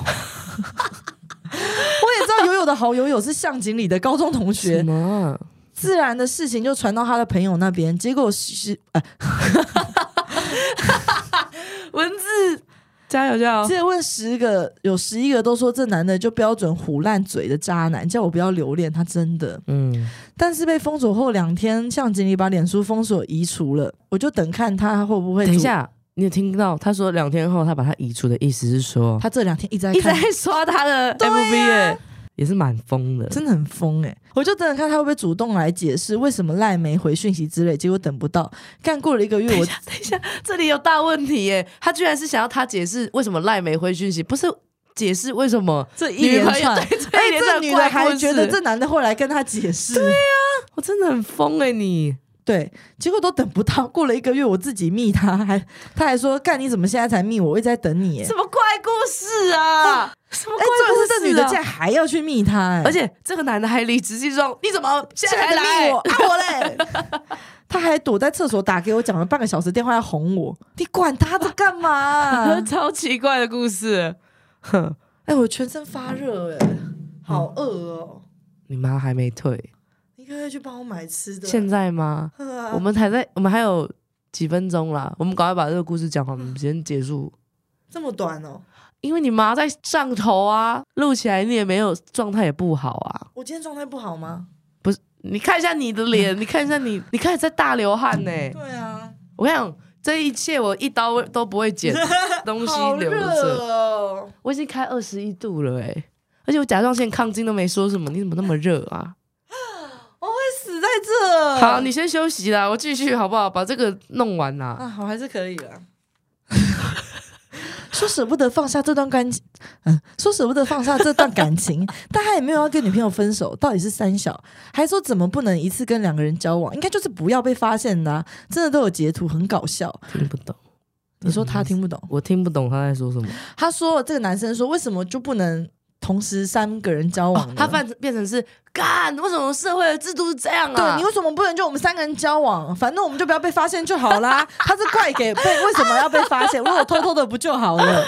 也知道友友的好友友是向井里的高中同什学，么啊、自然的事情就传到他的朋友那边，结果是文字，加油加油！借问十个，有十一个都说这男的就标准虎烂嘴的渣男，叫我不要留恋他，真的。嗯，但是被封锁后两天，向经理把脸书封锁移除了，我就等看他会不会。等一，下，你有听到他说两天后他把他移除的意思是说，他这两天一直在一直看，在刷他的 MV 哎、也是蛮疯的，真的很疯哎、我就等着看他会不会主动来解释为什么赖没回讯息之类，结果等不到。干过了一个月，我等一下，这里有大问题耶！他居然是想要他解释为什么赖没回讯息，不是解释为什么这一连串哎、这一连这串女的怪还故觉得事这男的会来跟他解释，对我真的很疯哎你！对，结果都等不到。过了一个月，我自己密他，还他还说干你怎么现在才密我？我一直在等你耶、欸什么怪故事啊？什么哎、怪这故不事、啊是这女的竟然，还要去密他、哎而且这个男的还理直气壮，你怎么现在才来来 我？啊我嘞！他还躲在厕所打给我，讲了半个小时电话要哄我，你管他这干嘛、 超奇怪的故事。哼，哎、我全身发热哎、好饿哦！你妈还没退，你可不可以去帮我买吃的？啊现在吗？我我们还在，我们还有几分钟啦，我们赶快把这个故事讲完，我们先结束。这么短哦，因为你妈在上头啊，录起来你也没有状态也不好啊。我今天状态不好吗？你看一下你的 脸，你看一下你，你看你在大流汗呢、对啊，我跟你讲，这一切我一刀都不会 剪，东西好留热着。哦！我已经开二十一度了哎、而且我甲状腺亢进都没说什么，你怎么那么热啊？我会死在这。好，你先休息啦，我继续好不好？把这个弄完啦。 啊，好还是可以啊。说舍不得放下这段感情，嗯，说舍不得放下这段感情， 但他也没有要跟女朋友分手，到底是三小，还说怎么不能一次跟两个人交往，应该就是不要被发现的、啊，真的都有截图，很搞笑。听不懂，你说他听不懂？我听不懂他在说什么。他说这个男生说为什么就不能同时三个人交往哦呢、，他变变成是干，为什么社会的制度是这样啊？对你为什么不能就我们三个人交往？反正我们就不要被发现就好啦。他是怪给被为什么要被发现？如果偷偷的不就好了？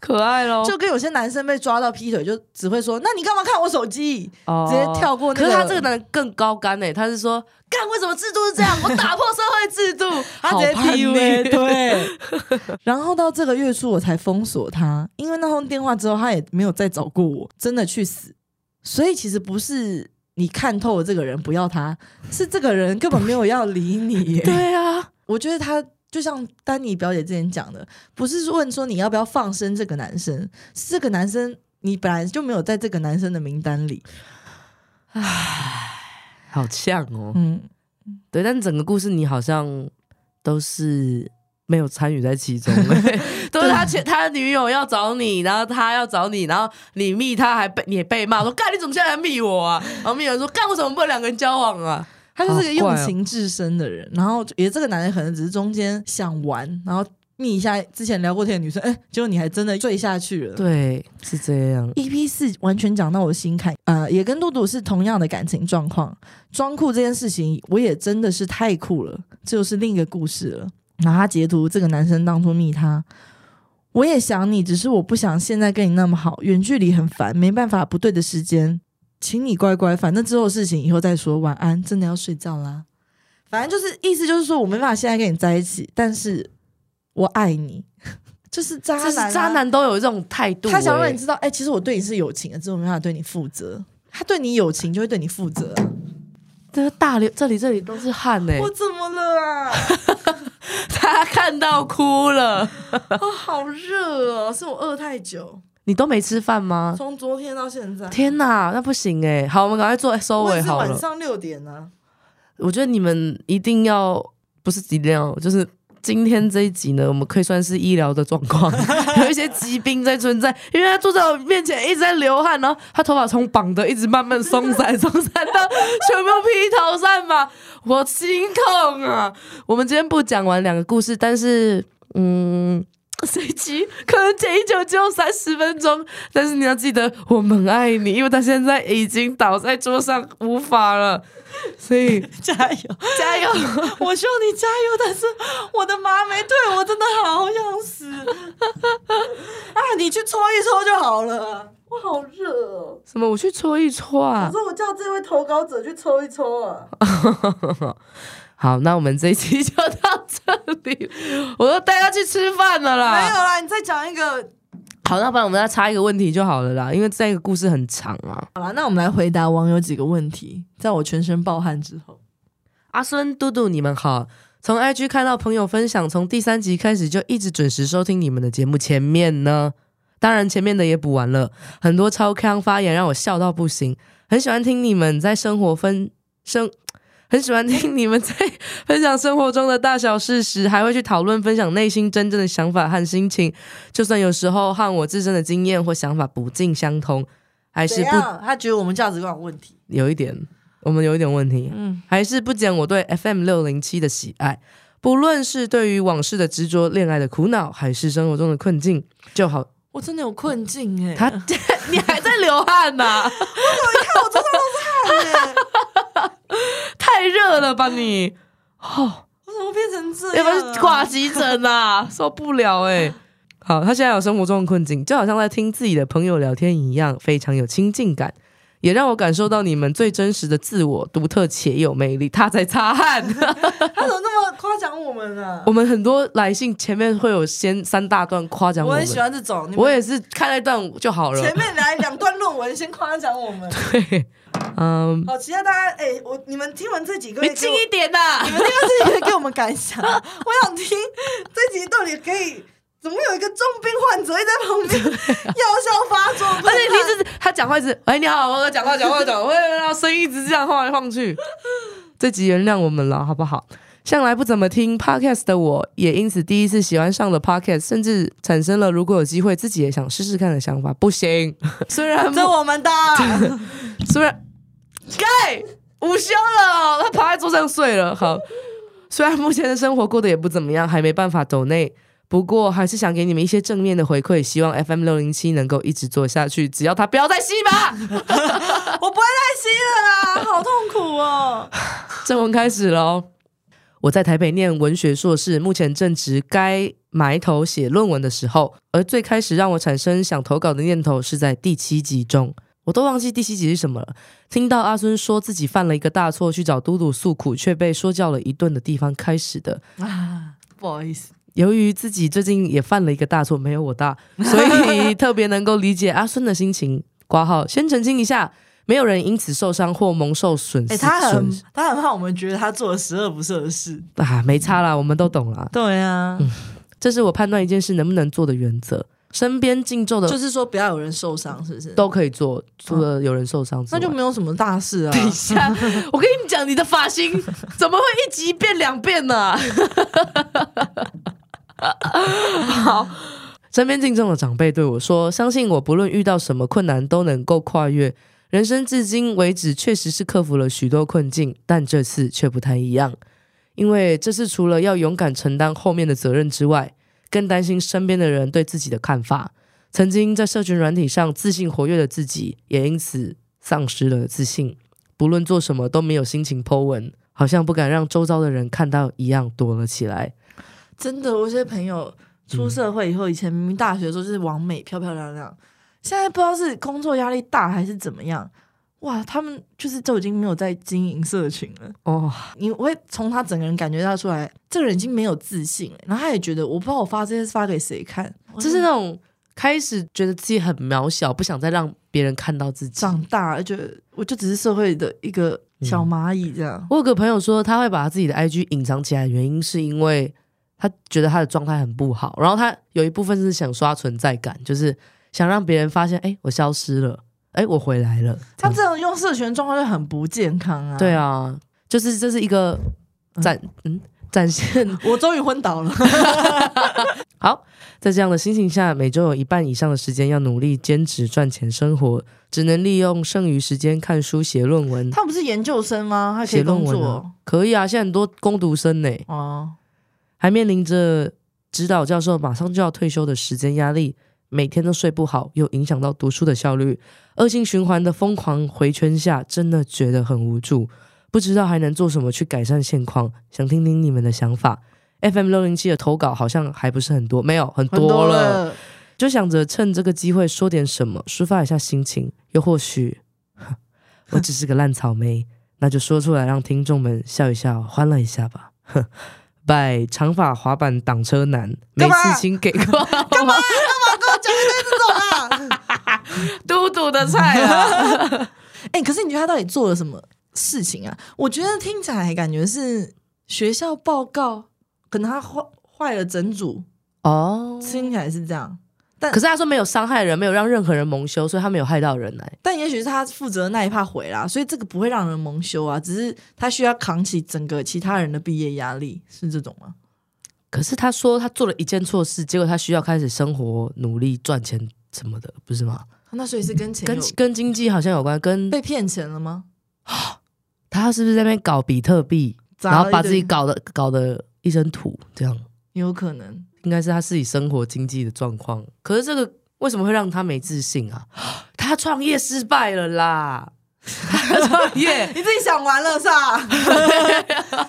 可爱咯，就跟有些男生被抓到劈腿，就只会说：“那你干嘛看我手机哦直接跳过那可是他个这个男的更高干呢、他是说干为什么制度是这样？我打破社会制 度，？”他好直接 PUA， PUA 对。然后到这个月初我才封锁他，因为那通电话之后他也没有再找过我，真的去死。所以其实不是你看透了这个人不要他，是这个人根本没有要理你耶。 对啊，我觉得他就像丹尼表姐之前讲的，不是问说你要不要放生这个男生，是这个男生你本来就没有在这个男生的名单里。好像哦。哦嗯，对，但整个故事你好像都是没有参与在其中，欸 都是他前他女友要找你，然后他要找你，然后你密他还被你也被骂说干你怎么现在还密我啊？然后密人说干为什么不能两个人交往啊？他就是个好用怪哦情至深的人，然后也这个男人可能只是中间想玩，然后密一下之前聊过天的女生，哎、结果你还真的坠下去了。对，是这样。 EP 四完全讲到我心坎，呃，也跟杜杜是同样的感情状况。装酷这件事情，我也真的是太酷了，这就是另一个故事了。然后他截图这个男生当初密他，我也想你，只是我不想现在跟你那么好，远距离很烦，没办法，不对的时间，请你乖乖，反正之后的事情以后再说，晚安，真的要睡觉啦。反正就是意思就是说我没办法现在跟你在一起，但是我爱你， 就是渣这男、啊是渣。男都有这种态度欸、他想让你知道，哎、其实我对你是友情的，只是我没办法对你负责。他对你友情，就会对你 负责啊、这个大流，这里这里都是汗哎、我怎么了啊？他看到哭了。我哦好热哦，是我饿太久，你都没吃饭吗？从昨天到现在。天哪，那不行哎、好，我们赶快做收我尾也是好晚了。上六点 呢、我觉得你们一定要，不是一定要，就是今天这一集呢，我们可以算是医疗的状况，有一些疾病在存在，因为他坐在我面前一直在流汗，然后他头发从绑的一直慢慢松散，松散到全部披头散发，我心痛啊！我们今天不讲完两个故事，但是嗯。这一集可能剪一剪只有三十分钟，但是你要记得，我们爱你，因为他现在已经倒在桌上无法了，所以加油！加油！我希望你加油，但是我的麻没退，我真的好想死啊！你去搓一搓就好了，我好热哦。什么？我去搓一搓我啊！说我叫这位投稿者去搓一搓啊。 好，那我们这一期就到这里，我都带他去吃饭了没有啦。啦，你再讲一个。好，那不然我们再插一个问题就好了啦，因为这个故事很长啊。好了，那我们来回答网友几个问题。在我全身暴汗之后，阿孙、嘟嘟，你们好。从 IG 看到朋友分享，从第三集开始就一直准时收听你们的节目。前面呢，当然前面的也补完了，很多超康发言让我笑到不行。很喜欢听你们在生活分生，很喜欢听你们在分享生活中的大小事时，还会去讨论分享内心真正的想法和心情。就算有时候和我自身的经验或想法不尽相同，还是怎不样？他觉得我们价值观有问题。有一点，我们有一点问题。嗯，还是不减我对 FM 六零七的喜爱。不论是对于往事的执着、恋爱的苦恼，还是生活中的困境，就 好。我真的有困境哎、他， 你还在流汗呐、 啊太热了吧你？哦，我怎么变成 这要样、不啊？要去挂急诊 啊？受不了哎、好，他现在有生活中的困境，就好像在听自己的朋友聊天一样，非常有亲近感，也让我感受到你们最真实的自我，独特且有魅力。他在擦汗。 他怎么那么夸奖我们啊呢、我们很多来信前面会有先三大段夸奖我们很喜欢这种，你们我也是看那段就好了。 前面来两段论文先夸奖我 们，对， 嗯，好，期待大家哎、我你们听完这几个你月给近我，一点呐、你们听完这几个月给我们感想， 我想听这集到底可以。怎么有一个重病患者一直在旁 边药效发作？而且你一直他讲话一直，哎，你好，我讲话讲话讲话，会让声音一直这样晃来晃 去。这集原谅我们了，好不好？向来不怎么听 podcast 的我，也因此第一次喜欢上了 podcast，甚至产生了如果有机会自己也想试试看的想法。不行，虽然 这我们的，虽然盖午休了，他趴在桌上睡了。好，虽然目前的生活过得也不怎么样，还没办法抖内，不过还是想给你们一些正面的回馈，希望 FM 六零七能够一直做下去，只要他不要再吸吧。 我不会再吸了啦，好痛苦哦！正文开始喽。我在台北念文学硕士，目前正值该埋头写论文的时候，而最开始让我产生想投稿的念头是在第七集中。我都忘记第七集是什么了。听到阿孙说自己犯了一个大错，去找嘟嘟诉苦，却被说教了一顿的地方开始的。啊， 不好意思，由于自己最近也犯了一个大错，没有我 大，所以特别能够理解 阿孙的心情。挂号，先澄清一下，没有人因此受伤或蒙受损失。哎、他损很他很怕我们觉得他做了十恶不赦的事。啊，没差啦，我们都懂啦。对啊，这是我判断一件事能不能做的原则。身边尽做的就是说不要有人受伤，是不是？都可以做，除了有人受伤之那外。就没有什么大事啊。等一下， 我跟你讲，你的发型怎么会一集变两遍呢、 好，身边敬重的长辈对我说：“相信我，不论遇到什么困难都能够跨越。人生至今为止，确实是克服了许多困境，但这次却不太一样，因为这次除了要勇敢承担后面的责任之外，更担心身边的人对自己的看法。曾经在社群软体上自信活跃的自己，也因此丧失了自信，不论做什么都没有心情 Po 文，好像不敢让周遭的人看到一样躲了起来。”真的，我有些朋友出社会以后，以前明明大学的时候就是完美、漂漂亮亮，现在不知道是工作压力大还是怎么样，哇，他们就是都已经没有在经营社群了。哦，你会从他整个人感觉到出来，这个人已经没有自信了。然后他也觉得，我不知道我发这些是发给谁看，就是那种开始觉得自己很渺小，不想再让别人看到自己。长大，就我就只是社会的一个小蚂蚁这样。我有个朋友说，他会把他自己的 IG 隐藏起来，原因是因为他觉得他的状态很不好，然后他有一部分是想刷存在感，就是想让别人发现，哎、我消失了，哎、我回来了。这他样这种用社群状况就很不健康啊！对，啊，就是这是一个展，嗯，展现我终于昏倒 了。好，在这样的心情下，每周有一半以上的时间要努力兼职赚钱生活，只能利用剩余时间看书、写论文。他不是研究生吗？他可以写论工文啊、作可以啊，现在很多工读生呢，哦。还面临着指导教授马上就要退休的时间压力，每天都睡不好，又影响到读书的效率，恶性循环的疯狂回圈下，真的觉得很无助，不知道还能做什么去改善现况，想听听你们的想法。FM 六零七的投稿好像还不是很多，没有很很多了，了，就想着趁这个机会说点什么，抒发一下心情，又或许我只是个烂草莓，那就说出来让听众们笑一笑，欢乐一下吧。拜长发滑板挡车男，没干嘛事情给过啊 嘟嘟的菜啊。哎、可是你觉得他到底做了什么事情啊？我觉得听起来感觉是学校报告，可能他坏坏了整组， 哦，听起来是这样。可是他说没有伤害人，没有让任何人蒙羞，所以他没有害到人来。但也许是他负责的那一趴毁啦，所以这个不会让人蒙羞啊，只是他需要扛起整个其他人的毕业压力，是这种吗？可是他说他做了一件错事，结果他需要开始生活、努力赚钱什么的，不是吗？啊那所以是跟钱跟有跟经济好像有关，跟被骗钱了吗？他是不是在那边搞比特币，砸了然后把一堆自己搞得搞得一身土，这样有可能，应该是他自己生活经济的状况。可是这个为什么会让他没自信啊？ 他创业失败了啦， 他创业， 你自己想完了是吧？是吗？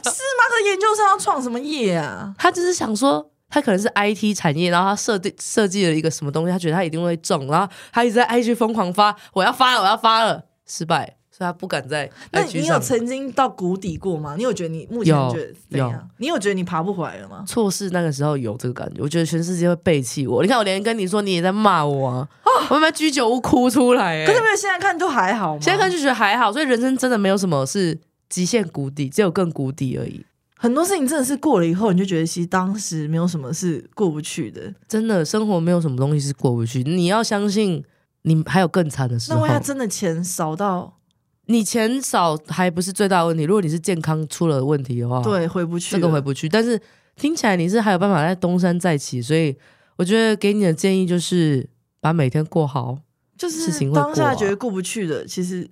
可研究生要创什么业啊？他就是想说。他可能是 IT 产业，然后他设定设计了一个什么东西，他觉得他一定会中，然后他一直在 IG 疯狂发，我要发了，我要发了，失败，所以他不敢在那 IG 你有上曾经到谷底过吗？你有觉得你目前有觉得怎样？你有觉得你爬不回来了吗？错失那个时候有这个感觉，我觉得全世界会背弃我。你看，我连跟你说你也在骂我啊，我他妈居酒屋哭出来、欸。哦可是没有，现在看就还好嘛。现在看就觉得还好，所以人生真的没有什么是极限谷底，只有更谷底而已。很多事情真的是过了以后，你就觉得其实当时没有什么是过不去的。真的，生活没有什么东西是过不去，你要相信你还有更惨的时那候万。一他真的钱少到你钱少还不是最大的问题，如果你是健康出了问题的话，，对回不去这了，哦个回不去。但是听起来你是还有办法在东山再起，所以我觉得给你的建议就是把每天过好。就事情是会过啊当下觉得过不去的，其实，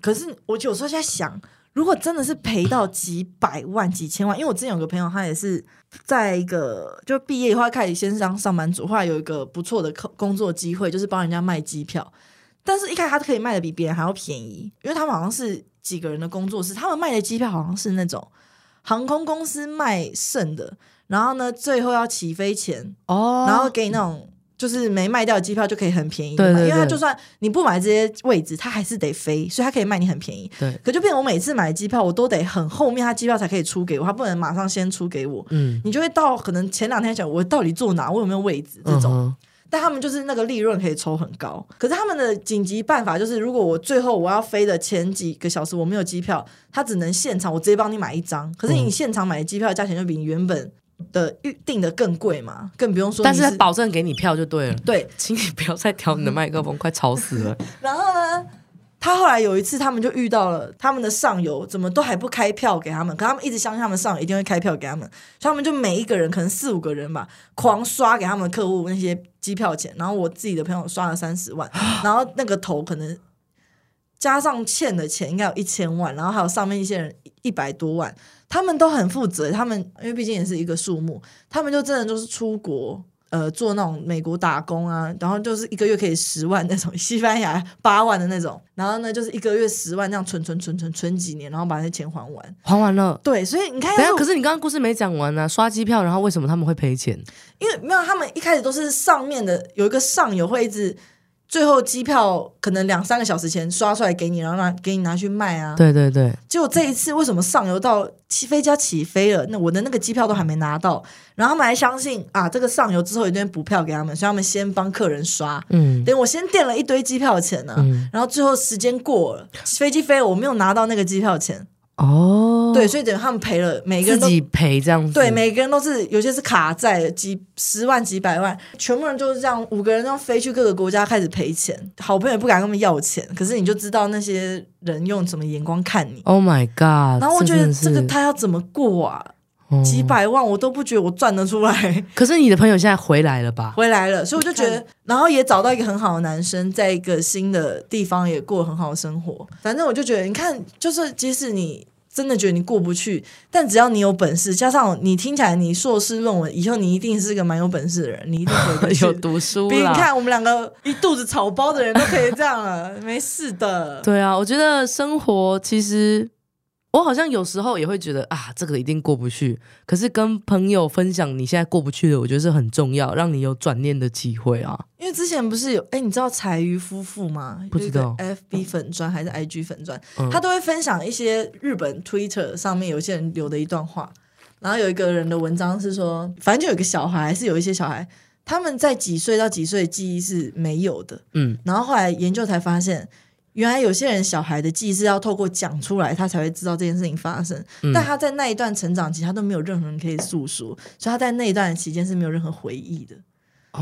可是我有时候在想，如果真的是赔到几百万、几千万，因为我之前有个朋友，他也是在一个就毕业以后他开始先当上班族，后来有一个不错的工工作机会，就是帮人家卖机票，但是一开始他可以卖的比别人还要便宜，因为他们好像是几个人的工作室，他们卖的机票好像是那种航空公司卖剩的，然后呢，最后要起飞前哦然后给你那种就是没卖掉的机票就可以很便宜嘛，对对对因为他就算你不买这些位置，他还是得飞，所以他可以卖你很便宜。对，可就变成我每次买机票，我都得很后面他机票才可以出给我，他不能马上先出给我。嗯，你就会到可能前两天想我到底坐哪，我有没有位置这种，种，但他们就是那个利润可以抽很高。可是他们的紧急办法就是，如果我最后我要飞的前几个小时我没有机票，他只能现场我直接帮你买一张。可是你嗯现场买的机票价钱就比你原本的预定的更贵嘛，更不用说但你是他保证给你票就对了。对，请你不要再调你的麦克风，快吵死了！然后呢，他后来有一次，他们就遇到了他们的上游，怎么都还不开票给他们，可他们一直相信他们上游一定会开票给他们，所以他们就每一个人可能四五个人吧，狂刷给他们的客户那些机票钱。然后我自己的朋友刷了三十万，然后那个头可能加上欠的钱应该有一千万，然后还有上面一些人一百多万，他们都很负责，他们因为毕竟也是一个数目，他们就真的就是出国。呃，做那种美国打工啊，然后就是一个月可以十万那种，西班牙八万的那种，然后呢就是一个月十万那样存存存存存几年，然后把那钱还完。 还完了。对，所以你看等一下，要哎是我，可是你刚刚故事没讲完呢、啊刷机票，然后为什么他们会赔钱？因为没有他们一开始都是上面的有一个上游会一直，最后机票可能两三个小时前刷出来给你，然后拿给你拿去卖啊。对对对，结果这一次为什么上游到起飞机要起飞了，那我的那个机票都还没拿到，然后他们还相信啊，这个上游之后一定会补票给他们，所以他们先帮客人刷。嗯等我先垫了一堆机票钱呢、嗯，然后最后时间过了，飞机飞了，我没有拿到那个机票钱，哦，对，，所以等于他们赔了，每个自人都己赔这样子，对，每个人都是有些是卡债几十万几百万，全部人就是这样，五个人这样飞去各个国家开始赔钱，好朋友也不敢跟他们要钱，可是你就知道那些人用什么眼光看你， Oh my God！然后我觉得这真的个是他要怎么过啊？哦几百万我都不觉得我赚得出来。可是你的朋友现在回来了 吧？回来了，所以我就觉得，然后也找到一个很好的男生，在一个新的地方也过很好的生活。反正我就觉得，你看，就是即使你真的觉得你过不去，但只要你有本事，加上你听起来你硕士论文，以后你一定是个蛮有本事的人，你一定回得去 有。读书比你啦。看我们两个一肚子草包的人都可以这样了，没事的。对啊，我觉得生活其实，我好像有时候也会觉得啊，这个一定过不去。可是跟朋友分享你现在过不去的，我觉得是很重要，让你有转念的机会啊。因为之前不是有哎，你知道柴鱼夫妇吗？不知道有一个，FB 粉砖还是 IG 粉砖，嗯他都会分享一些日本 Twitter 上面有些人留的一段话，然后有一个人的文章是说，反正就有一个小孩，还是有一些小孩，他们在几岁到几岁记忆是没有的，嗯，然后后来研究才发现。原来有些人小孩的记忆是要透过讲出来，他才会知道这件事情发生。嗯但他在那一段成长期，他都没有任何人可以诉说，所以他在那一段期间是没有任何回忆的。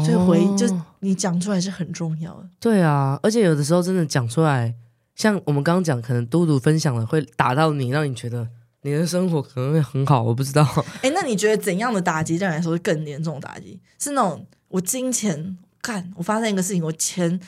所以回忆就哦你讲出来是很重要的。对啊，而且有的时候真的讲出来，像我们刚刚讲，可能嘟嘟分享了会打到你，让你觉得你的生活可能会很好。我不知道，哎，那你觉得怎样的打击对你来说是更严重的打击？是那种我金钱干，我发生一个事情，我钱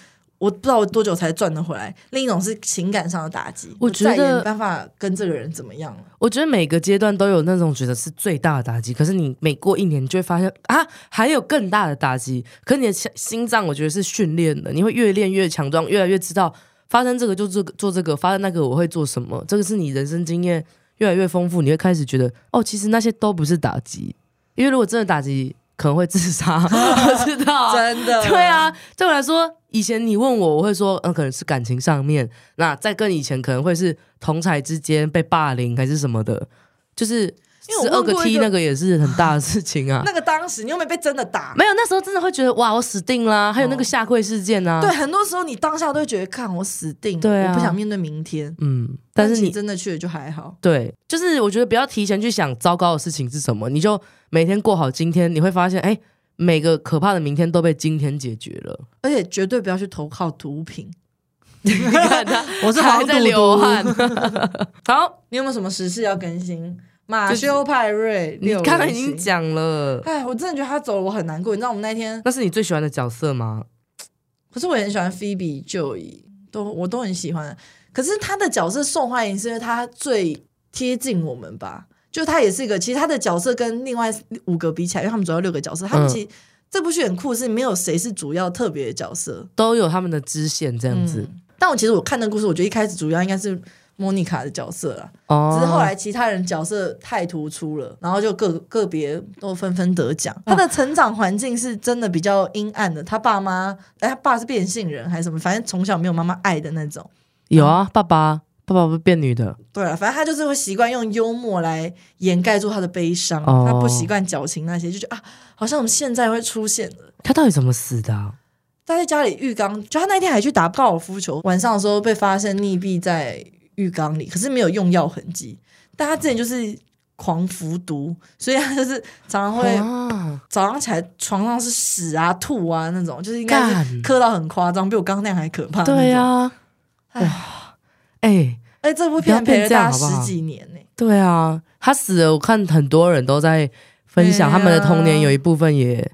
我不知道我多久才赚得回来；另一种是情感上的打击，我觉再也得没办法跟这个人怎么样了。我觉得每个阶段都有那种觉得是最大的打击，可是你每过一年，你就会发现啊，还有更大的打击。可你的心心脏，我觉得是训练的，你会越练越强壮，越来越知道发生这个就这个做这个，发生那个我会做什么。这个是你人生经验越来越丰富，你会开始觉得哦，其实那些都不是打击，因为如果真的打击，可能会自杀。我知道 啊，真的 对，啊，对我来说，以前你问我，我会说，嗯、可能是感情上面，那再跟以前可能会是同才之间被霸凌还是什么的，就是因为我十二问个过一 T 个那个也是很大的事情啊。那个当时你又没被真的打。 没有，那时候真的会觉得哇，我死定啦！还有那个下跪事件啊，对，，很多时候你当下都会觉得，看我死定了，对啊我不想面对明天。嗯，但是其实你真的去了就还好，对，就是我觉得不要提前去想糟糕的事情是什么，你就每天过好今天，你会发现，哎，每个可怕的明天都被今天解决了。而且绝对不要去投靠毒品。 你看他，我是还黄在赌流毒 汗。好，你有没有什么时事要更新？马就是修派瑞，你刚刚已六人经行讲了，哎，我真的觉得他走了，我很难过。你知道我们那天，那是你最喜欢的角色吗？可是我也很喜欢 Phoebe、Joey，都我都很喜欢。可是他的角色受欢迎，是因为他最贴近我们吧？就他也是一个，其实他的角色跟另外五个比起来，因为他们主要六个角色，他们嗯其实、这部剧很酷，是没有谁是主要特别的角色。都有他们的支线这样子。但我其实我看那故事，我觉得一开始主要应该是莫妮卡的角色啦，哦，只是后来其他人角色太突出了，然后就个个别都纷纷得哦奖。他的成长环境是真的比较阴暗的，他爸妈，哎，他爸是变性人还是什么，反正从小没有妈妈爱的那种。有啊，爸爸，爸爸不是变女的，对啊了，反正他就是会习惯用幽默来掩盖住他的悲伤，哦他不习惯矫情那些，就觉得啊，好像我们现在会出现的。他到底怎么死的啊、他在家里浴缸，就他那天还去打高尔夫球，晚上的时候被发现溺毙在浴缸里，可是没有用药痕迹。但他之前就是狂服毒，所以他就是常常会啊早上起来床上是屎啊、吐啊那种，就是应该是干咳到很夸张，比我刚刚那样还可怕。对，啊，唉，哎、哎，这部不要片变陪了这样大家好不好十几年呢、 对啊，他死了，我看很多人都在分享，对他啊们的童年有一部分也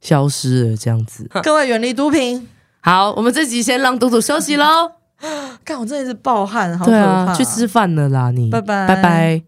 消失了，这样子。各位远离毒品，好，我们这集先让嘟嘟休息喽。看我真的是暴汗，好可对啊怕、啊，啊去吃，饭了啦，你拜拜拜拜。